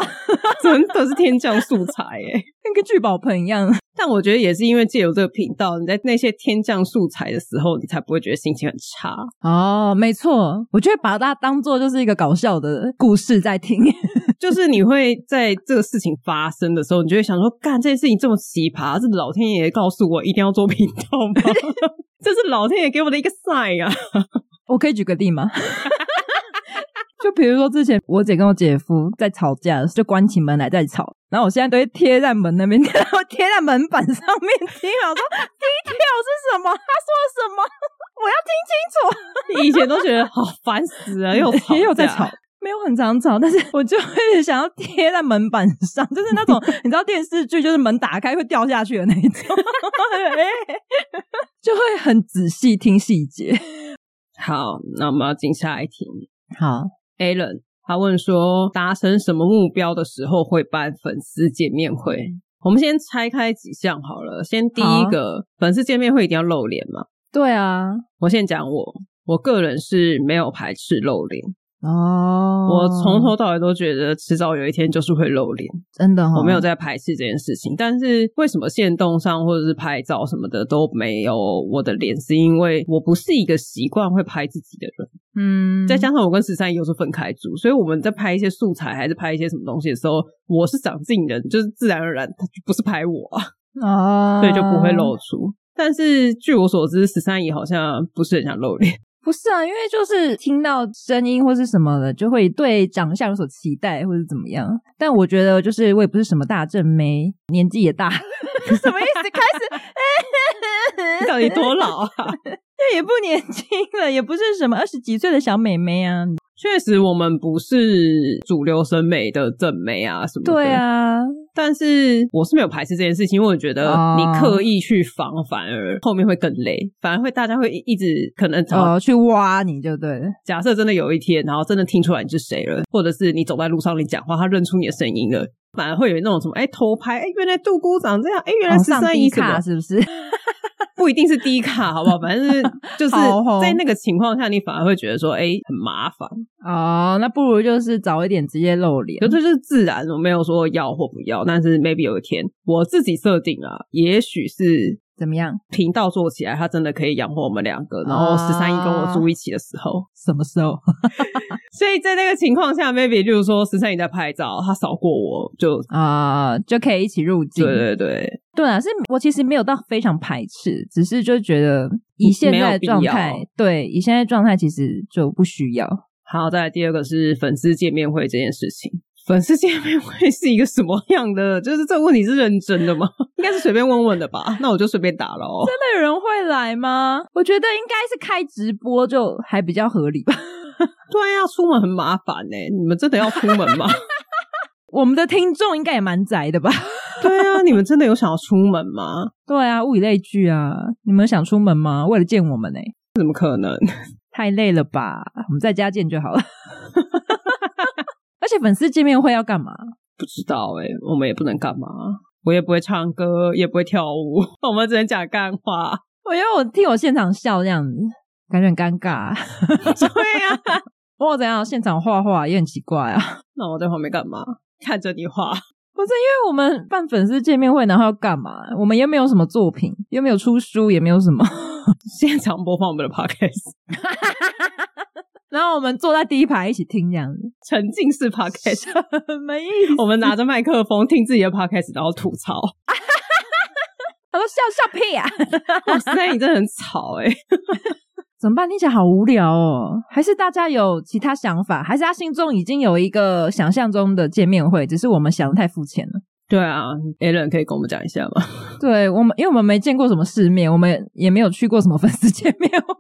真的是天降素材耶、跟个聚宝盆一样。但我觉得也是因为借由这个频道，你在那些天降素材的时候，你才不会觉得心情很差。哦，没错，我就会把它当做就是一个搞笑的故事在听。就是你会在这个事情发生的时候，你就会想说，干这件事情这么奇葩，是老天爷告诉我一定要做频道 [LAUGHS] 吗？这是老天爷给我的一个 sign 啊！我可以举个例吗？ [LAUGHS] 就比如说之前我姐跟我姐夫在吵架，就关起门来在吵，然后我现在都会贴在门那边， [LAUGHS] 然后贴在门板上 [LAUGHS] 面听，我说 detail 是什么？他说什么？我要听清楚。你以前都觉得好烦死了，又 [LAUGHS] 也有在架吵，没有很常吵，但嗯是我就会 [LAUGHS] 想要贴在门板上，就是那 [LAUGHS] 种你知道电视剧就是门打开会掉下去的那一种， [LAUGHS] 哎就会很仔细听细 [LAUGHS] 节。好，那我们要进下一题。好， Alan，他问说达成什么目标的时候会办粉丝见面会？嗯我们先拆开几项好了。先第一个，粉丝见面会一定要露脸嘛？对啊，我先讲我，我个人是没有排斥露脸，哦我从头到尾都觉得迟早有一天就是会露脸，真的、哦我没有，在排斥这件事情。但是为什么线动上或者是拍照什么的都没有我的脸？是因为我不是一个习惯会拍自己的人。嗯再加上我跟十三姨又是分开住，所以我们在拍一些素材还是拍一些什么东西的时候，我是长镜人，就是自然而然，他就不是拍我啊，哦，所以就不会露出。但是据我所知，十三姨好像不是很想露脸，，不是啊，因为就是听到声音或是什么的，就会对长相有所期待，或者怎么样。但我觉得就是我也不是什么大正妹，年纪也大， [LAUGHS] 什么意思？开始 [LAUGHS] 到底多老啊？对，也不年轻了，也不是什么二十几岁的小美眉啊，确实，我们不是主流审美的正美啊什么的。对，啊，但是我是没有排斥这件事情，因为我觉得哦你刻意去防，反而后面会更累，反而会大家会一一直可能找哦，去挖你就对了，假设真的有一天，然后真的听出来你是谁了，或者是你走在路上你讲话，他认出你的声音了，反而会有那种什么哎偷拍，哎原来杜姑长这样，哎原来往 [LAUGHS] 十哦上三姨低什么卡，是不是？不一定是低卡，好不好？反正是就 [LAUGHS] 是好哦在那个情况下，你反而会觉得说哎很麻烦，哦，那不如就是早一点直接露脸可。这就是自然，我没有说要或不要，但是 maybe 有一天我自己设定啊，也许是。怎么样？频道做起来，它真的可以养活我们两个。然后十三姨跟我住一起的时候，啊什么时候？ [LAUGHS] 所以在那个情况下，maybe 例如说十三姨在拍照，她扫过我就啊、就可以一起入境。对对对，对啊，是我其实没有到非常排斥，只是就觉得以现在的状嗯没有必态，对，以现在的状态其实就不需要。好，再来第二个是粉丝见面会这件事情。粉丝见面会是一个什么样的？就是这个问题是认真的吗？应该是随便问问的吧。那我就随便打了哦。真的有人会来吗？我觉得应该是开直播就还比较合理吧。对呀、出门很麻烦呢、你们真的要出门 [LAUGHS] 吗？我们的听众应该也蛮宅的吧？ [LAUGHS] 对啊，你们真的有想要出门吗？对啊，物以类聚啊。你们想出门吗？为了见我们呢、怎么可能？ [LAUGHS] 太累了吧？我们在家见就好了。 [LAUGHS] 而且粉丝见面会要干嘛？不知道哎、我们也不能干嘛。我也不会唱歌，也不会跳舞， [LAUGHS] 我们只能讲干话。我因为我听我现场笑这样子，感觉很尴尬、啊对呀、我怎样现场画画也很奇怪啊， [LAUGHS] [LAUGHS] 因那我在旁边干嘛？看着你画。为我们办粉丝见面会，然后要干嘛？我们又没有什么作品，又没有出书，也没有什么， [LAUGHS] 现场播放我们的 podcast，然后我们坐在第一排一起听这样子， [LAUGHS] 沉浸式 podcast，什么意思？我们拿着麦克风听自己的 podcast，然后吐 [LAUGHS] 槽。他说笑笑屁啊！哇塞，你真的很吵哎、 [LAUGHS] 怎么办？听起来好无聊哦。还是大家有其他想法？还是他心中已经有一个想象中的见面会，只是我们想的太肤浅了？对啊，Alan 可以跟我们讲一下吗？对我们，因为我们没见过什么世面，我们也没有去过什么粉 [LAUGHS] 丝见面会，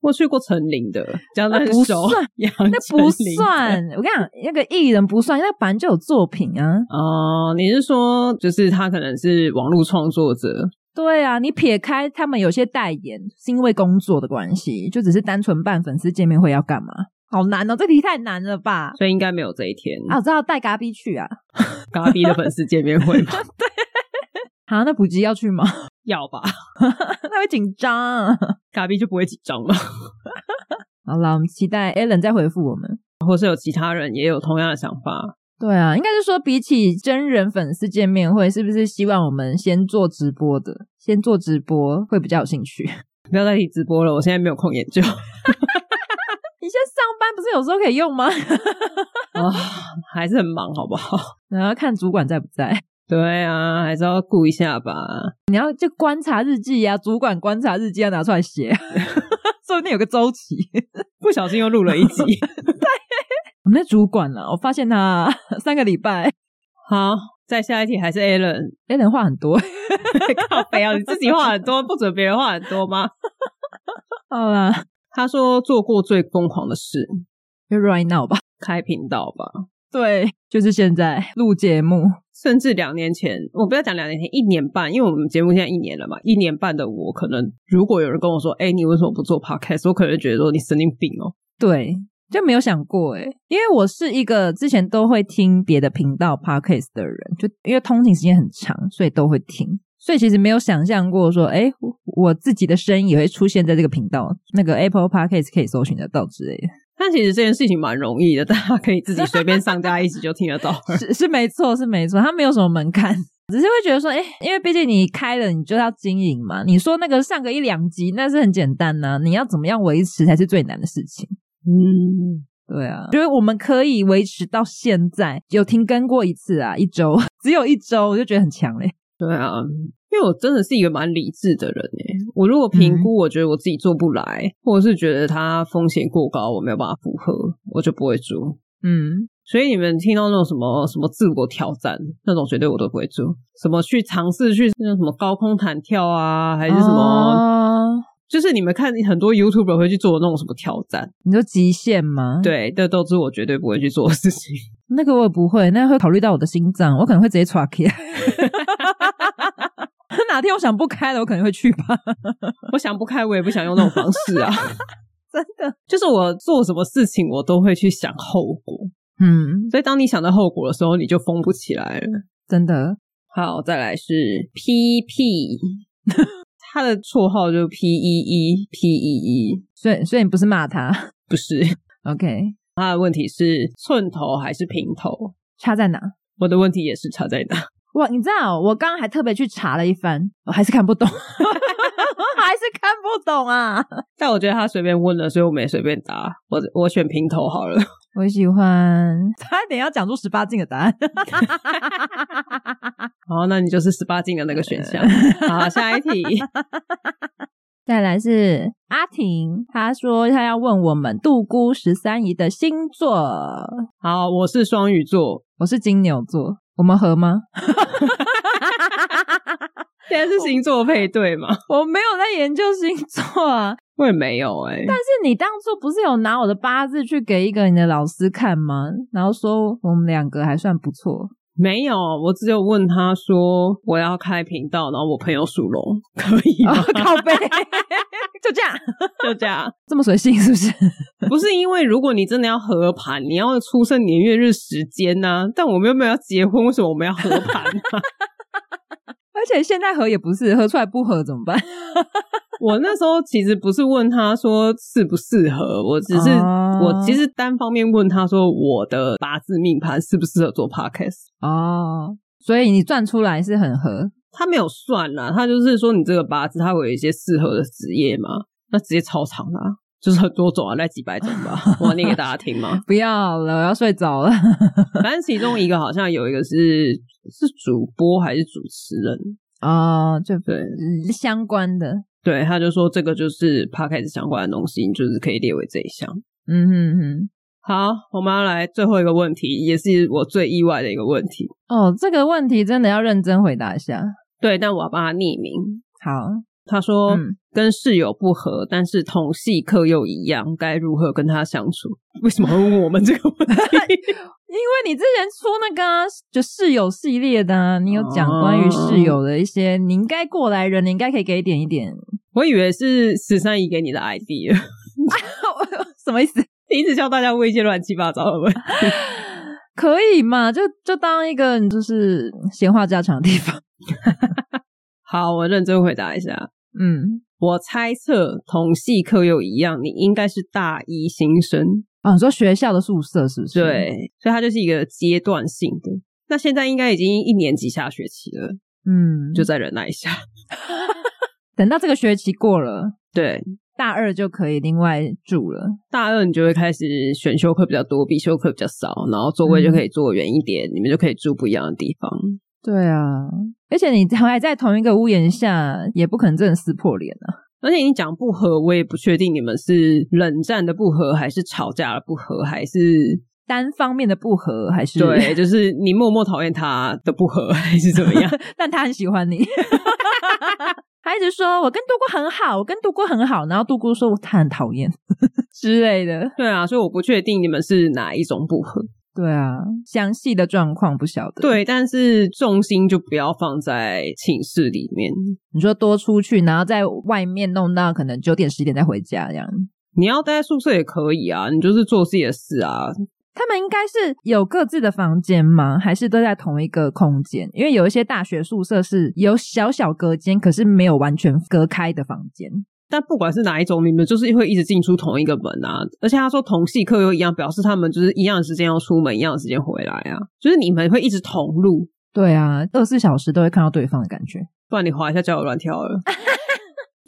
我去过成林的，讲的很那不熟算，杨那不算。我跟你讲，那个艺人不算，那本来就有作品啊。哦、你是说就是他可能是网络创作者？对啊，你撇开他们有些代言是因为工作的关系，就只是单纯办粉丝见面会要干嘛？好难哦，这题太难了吧？所以应该没有这一天啊，我知道带嘎逼去啊。嘎逼的粉丝见面会吧？啊，那补吉要去吗？ [LAUGHS] [LAUGHS] 要吧，那会紧张、啊。嘎逼就不会紧张了。好啦，我们期待 Alan 再回复我们。或是有其他人也有同样的想法？对啊，应该是说比起真人粉丝见面会，是不是希望我们先做直播的？先做直播会比较有兴趣。 [LAUGHS] 不要再提直播了，我现在没有空研究。你现在上班不是有时候可以用吗？ [LAUGHS] 啊，还是很忙，好不好？ [LAUGHS] 然后看主管在不在，对啊，还是要顾一下吧。你要就观察日记呀、主管观察日记要拿出来写， [LAUGHS] 说不定有个周期。不小心又录了一集。 [LAUGHS] 我们的主管啊，我发现他 [LAUGHS] 三个礼拜，好，再下一题还是 Alan，哎，人话很多。 [LAUGHS] 靠背啊，你自己话很多，不准别人话很多吗？好啦，他说做过最疯狂的事，就 right now 吧。开频道吧。对，就是现在录节目，甚至两年前，我不要讲两年前，一年半，因为我们节目现在一年了嘛，一年半的我，可能如果有人跟我说，哎、你为什么不做 podcast？我可能会觉得说你神经病哦。对，就没有想过诶、因为我是一个之前都会听别的频道 podcast 的人，就因为通勤时间很长，所以都会听。所以其实没有想象过说，诶，我我自己的声音也会出现在这个频道，那个 Apple Podcast 可以搜寻得到之类的，但其实这件事情蛮容易的，大家可以自己随便上架一集就听得到了。 [LAUGHS] 是是没错，是没错，它没有什么门槛，只是会觉得说，诶，因为毕竟你开了，你就要经营嘛。你说那个上个一两集那是很简单呐、你要怎么样维持才是最难的事情。嗯，对啊，就是我们可以维持到现在，有停更过一次啊，一周， [LAUGHS] 只有一周，我就觉得很强嘞。对啊，因为我真的是一个蛮理智的人诶。我如果评估，我觉得我自己做不来，或者是觉得它风险过高，我没有办法负荷，我就不会做。嗯，所以你们听到那种什么什么自我挑战那种，绝对我都不会做。什么去尝试去那种什么高空弹跳啊，还还是什哦么？就是你们看很多 YouTuber 会去做的那种什么挑战，你说极限吗？，对，这都是我绝对不会去做的事情。 [LAUGHS] 那个我也不会，那会考虑到我的心脏，我可能会直接岔开。 [LAUGHS] [LAUGHS] 哪天我想不开了，我可能会去吧。我想不开，我也不想用那种方式啊。真的，就是我做什么事情，我都会去想后果。嗯，所以当你想到后果的时候，你就疯不起来了。真的，好，再来是 P P，他的绰号就是 P E E P E E，所以所以你不是骂他不是，OK？他的问题是寸头还是平头？差在哪？我的问题也是差在哪？ [LAUGHS] 哇，你知道我刚刚还特别去查了一番，我还是看不懂， [LAUGHS] 还是看不懂啊！但我觉得他随便问了，所以我们也随便答。我我选平头好了。 [LAUGHS] 我喜 [LAUGHS] 欢，差点要讲出十八禁的答案。好，那你就是十八禁的那个选项。好，下一题。再来是阿婷，她说她要问我们杜姑十三姨的星座，好，我是双鱼座，我是金牛座，我们合吗？现在是星座配对吗？ [LAUGHS] 我没有在研究星座啊，我也没有哎、但是你当初不是有拿我的八字去给一个你的老师看吗？然后说我们两个还算不错，没有，我只有问他说我要开频道，然后我朋友属龙，可以吗？ [LAUGHS] 靠背， [LAUGHS] 就这样，就这样，这么随性是不是？不是因为如果你真的要合盘，你要出生年月日时间呐、但我们又没有要结婚，为什么我们要合盘、啊？ [LAUGHS] 而且现在合也不是，合出来不合怎么办？ [LAUGHS] 我那时候其实不是问他说适不适合，我只是、哦我其实单方面问他说我的八字命盘适不适合做 podcast。哦，所以你算出来是很合，他没有算啦，他就是说你这个八字，它会有一些适合的职业嘛，那职业超长啦、就是很多种啊，那几百种吧，我念给大家听 [LAUGHS] 嘛。不要了，我要睡着了。 [LAUGHS] 反正其中一个好像有一个是是主播还是主持人，哦，就对嗯相关的，对，他就说这个就是 podcast 相关的东西，你就是可以列为这一项。嗯哼哼。好，我们要来最后一个问题，也是我最意外的一个问题。哦，这个问题真的要认真回答一下。对，但我要帮他匿名。好，他说、嗯跟室友不合，但是同系课又一样，该如何跟他相处？ [LAUGHS] 为什么会问我们这个问题？ [LAUGHS] 因为你之前出那个啊、就室友系列的、啊，你有讲关于室友的一些，你应该过来人，你应该可以给一点一 [LAUGHS] 点。我以为是十三姨给你的 idea，什么意思？ [LAUGHS] 你一直叫大家问一些乱七八糟的问题。可以嘛？就就当一个就是闲话家常的地方。好，我认真回答一下。 [LAUGHS] 嗯，我猜测同系课又一样，你应该是大一新生，哦，你说学校的宿舍是不是？，对，所以它就是一个阶段性的。那现在应该已经一年级下学期了，嗯，就就再忍耐一下。 [LAUGHS] 等到这个学期过了，对，大二就可以另外住了。大二你就会开始选修课比较多，必修课比较少，然后座位就可以坐远一点，你们就可以住不一样的地方。对啊，而且你还在同一个屋檐下，也不可能真的撕破脸啊。而且你讲不合，我也不确定你们是冷战的不合，还是吵架的不合，还是单方面的不和还是 [LAUGHS] 对，，就是你 [LAUGHS] 默默讨厌他的不合，还是怎么样？但他很喜欢你， [LAUGHS] 他一直说我跟杜姑很好，我跟杜姑很好，然后杜姑说我他很讨厌 [LAUGHS] 之类的。对啊，所以我不确定你们是哪一种不合。对啊，详细的状况不晓得。，对，但是重心就不要放在寝室里面，你说多出去，然后在外面弄到可能九点十点再回家这样。你要待在宿舍也可以啊，你就是做自己的事啊。他们应该是有各自的房间吗？还是都在同一个空间？因为有一些大学宿舍是有小小隔间，可是没有完全隔开的房间。但不管是哪一种，你们就是会一直进出同一个门啊。而且他说同系课又一样，表示他们就是一样的时间要出门，一样的时间回来啊。就是你们会一直同路，对啊，二十四小时都会看到对方的感觉。不然你滑一下交友乱跳了。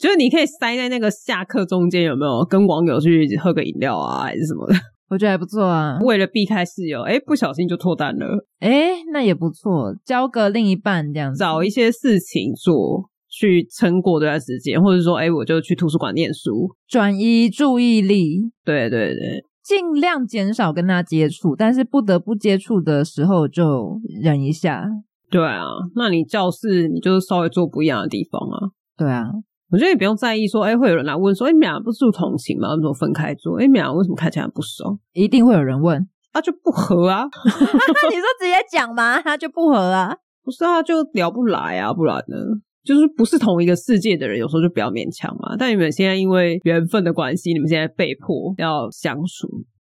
就是你可以塞在那个下课中间，有没有跟网友去喝个饮料啊，还是什么的？我觉得还不错啊，为了避开室友，哎、不小心就脱单了。诶，那也不错，交个另一半这样子。找一些事情做去撑过这段时间，或者说，哎、我就去图书馆念书。转移注意力，对对对，尽量减少跟他接触，但是不得不接触的时候就忍一下。对啊。那你教室你就稍微做不一样的地方啊。对啊，我觉得也不用在意说，哎、会有人来问说，哎、你们俩不是住同寝吗？为什么分开住？哎、你们俩为什么看起来不熟？一定会有人问。啊，就不合啊，那你说直接讲嘛，他就不合啊。不是啊，就聊不来啊，不然呢？就是不是同一个世界的人，有时候就不要勉强嘛。但你们现在因为缘分的关系，你们现在被迫要相处，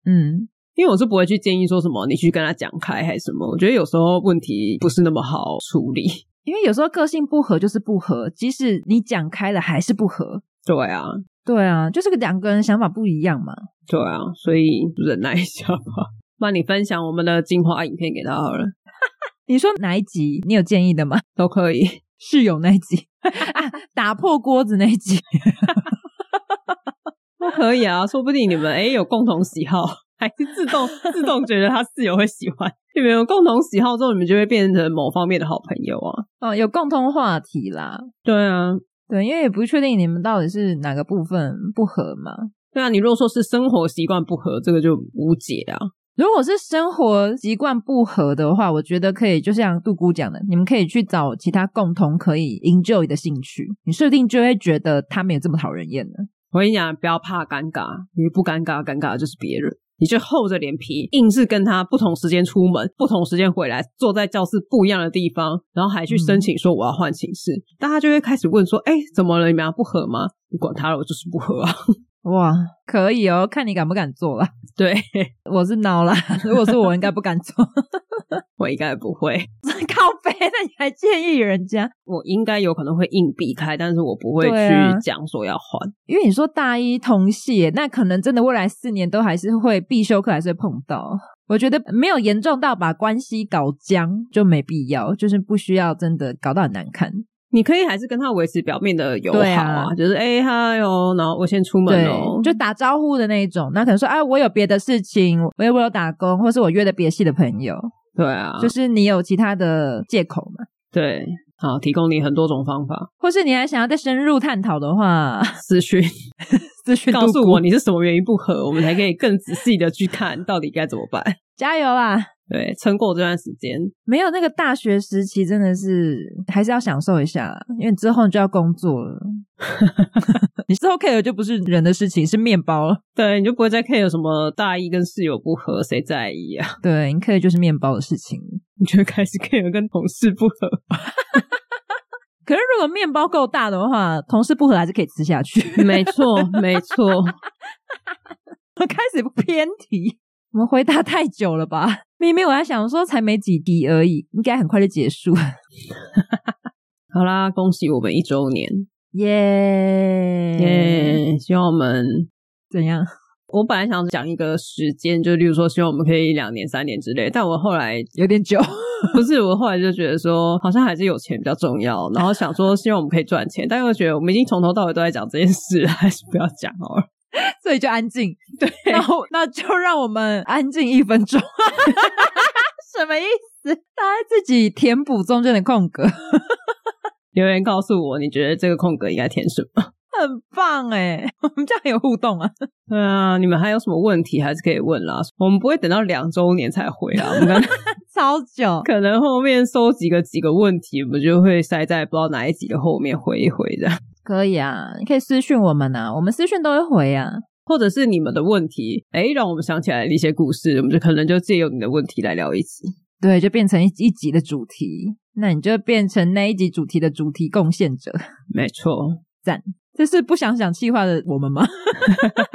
嗯，因为我是不会去建议说什么你去跟他讲开还是什么，我觉得有时候问题不是那么好处理。 [LAUGHS] 因为有时候个性不合就是不合，即使你讲开了还是不合。对啊，对啊，就是个两个人想法不一样嘛。对啊，所以忍耐一下吧。帮你分享我们的精华影片给他好了，你说哪一集你有建议的吗？ [LAUGHS] 都可以。室友那一集 [LAUGHS] 啊，打破锅子那一集。都可以啊，说不定你们哎有共同喜好，还是自动 [LAUGHS] 自动觉得他室友会喜欢。你们有共同喜好之后，你们就会变成某方面的好朋友啊。哦，有共通话题啦。对啊，对，因为也不确定你们到底是哪个部分不合嘛。对啊，你如果说是生活习惯不合，这个就无解啊。如果是生活习惯不合的话，我觉得可以，就像杜姑讲的，你们可以去找其他共同可以 enjoy 的兴趣，你说不定就会觉得他们也这么讨人厌了。我跟你讲，不要怕尴尬，你不尴尬，尴尬的就是别人。你就厚着脸皮，硬是跟他不同时间出门，不同时间回来，坐在教室不一样的地方，然后还去申请说我要换寝室，大家就会开始问说：“哎、怎么了？你们俩不合吗？”你管他了，我就是不合啊。哇，可以哦，看你敢不敢 [LAUGHS] 做啦。对我是孬啦，如果是我应该不敢做，我应该不会， [LAUGHS] 靠背，那你还建议人家？我应该有可能会硬避开，但是我不会对啊去讲说要换。因为你说大一同系耶，那可能真的未来四年都还是会必修课还是会碰到。我觉得没有严重到把关系搞僵就没必要，就是不需要真的搞到很难看。你可以还是跟他维持表面的友好对啊，啊就是哎嗨哦，然后我先出门对哦，，就打招呼的那一种。那可能说，哎、我有别的事情，我有我有打工，或是我约的别系的朋友，对啊，就就是你有其他的借口嘛，对，好，提供你很多种方法，或是你还想要再深入探讨的话， [LAUGHS] 私讯。咨询告杜诉姑我你是什么原因不合，我们才可以更仔细的去看到底该怎么办。加油啦！对，撑过这段时间，没有那个大学时期，真的是还是要享受一下，因为之后就要工 [LAUGHS] 作了。你之后 care 就不是人的事情，是面包了。对，你就不会再 care 什么大一跟室友不合，谁在意啊？ [LAUGHS] 对，你 care 就是面包的事情。你就开始 care 跟同事不合。哦可是如果面包够大的话，同事不合还是可以吃下去。没错，没错，我 [LAUGHS] 开始偏题， [LAUGHS] 我们回答太久了吧？ [LAUGHS] 明明我还想说才没几题而已，应该很快就结束。 [LAUGHS] 好啦，恭喜我们一周年，耶嗯耶、希望我们。怎样？我本来想讲一个时间，就例如说，希望我们可以两年、三年之类，但我后来有点久。不是，我后来就觉得说，好像还是有钱比较重要。然后想说，希望我们可以赚钱，但又觉得我们已经从头到尾都在讲这件事，还是不要讲好了。 [LAUGHS] 所以就安静。 [LAUGHS] 对，那我那就让我们安静一分 [LAUGHS] 钟。什么意思？大家自己 [LAUGHS] 填补中间的空格。留言告诉我，你觉得这个空格应该填什么？ [LAUGHS] 很棒哎、欸 [LAUGHS] 我们这样有互动啊。对啊，你们还有什么问题还是可以问啦。我们不会等到两周年才回啊，我们可能。超久可能后面收集个几个问题，我们就会塞在不知道哪一集的后面回一回的。可以啊，你可以私讯我们啊，我们私讯都会回啊。或者是你们的问题，哎，让我们想起来一些故事，我们就可能就借由你的问题来聊一集。对，就变成一一集的主题，那你就变成那一集主题的主题贡献者。 [LAUGHS] 没错，这是不想想气话的我们吗？ [LAUGHS]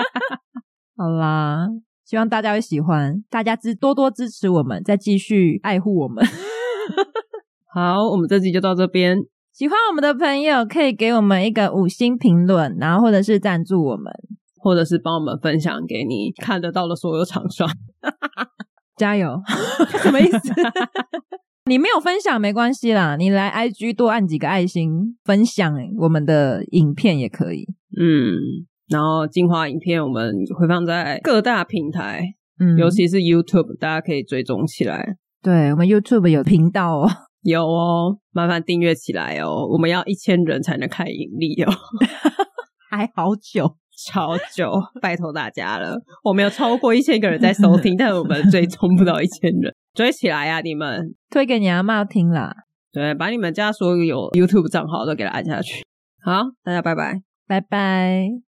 好啦，希望大家会喜欢，大家支多多支持我们，再继续爱护我们。 [LAUGHS] 好，我们这集就到这边，喜欢我们的朋友可以给我们一个五星评论，然后或者是赞助我们，或者是帮我们分享给你看得到的所有厂商。加油！ [LAUGHS] 什么意思？你没有分享没关系啦，你来 IG 多按几个爱心，分享我们的影片也可以。嗯，然后精华影片我们会放在各大平台，嗯尤其是 YouTube，大家可以追踪起来。对我们 YouTube 有频道哦。 [LAUGHS] 有哦，麻烦订阅起来哦，我们要一千人才能开盈利哦，还好久，超久，拜托大家了。我们有超过一千个人在收听，但我们追踪不到一千人，追起来啊，你们！推给你阿妈听啦，对，把你们家所有有 YouTube 账号都给它按下去。好，大家拜拜。拜拜。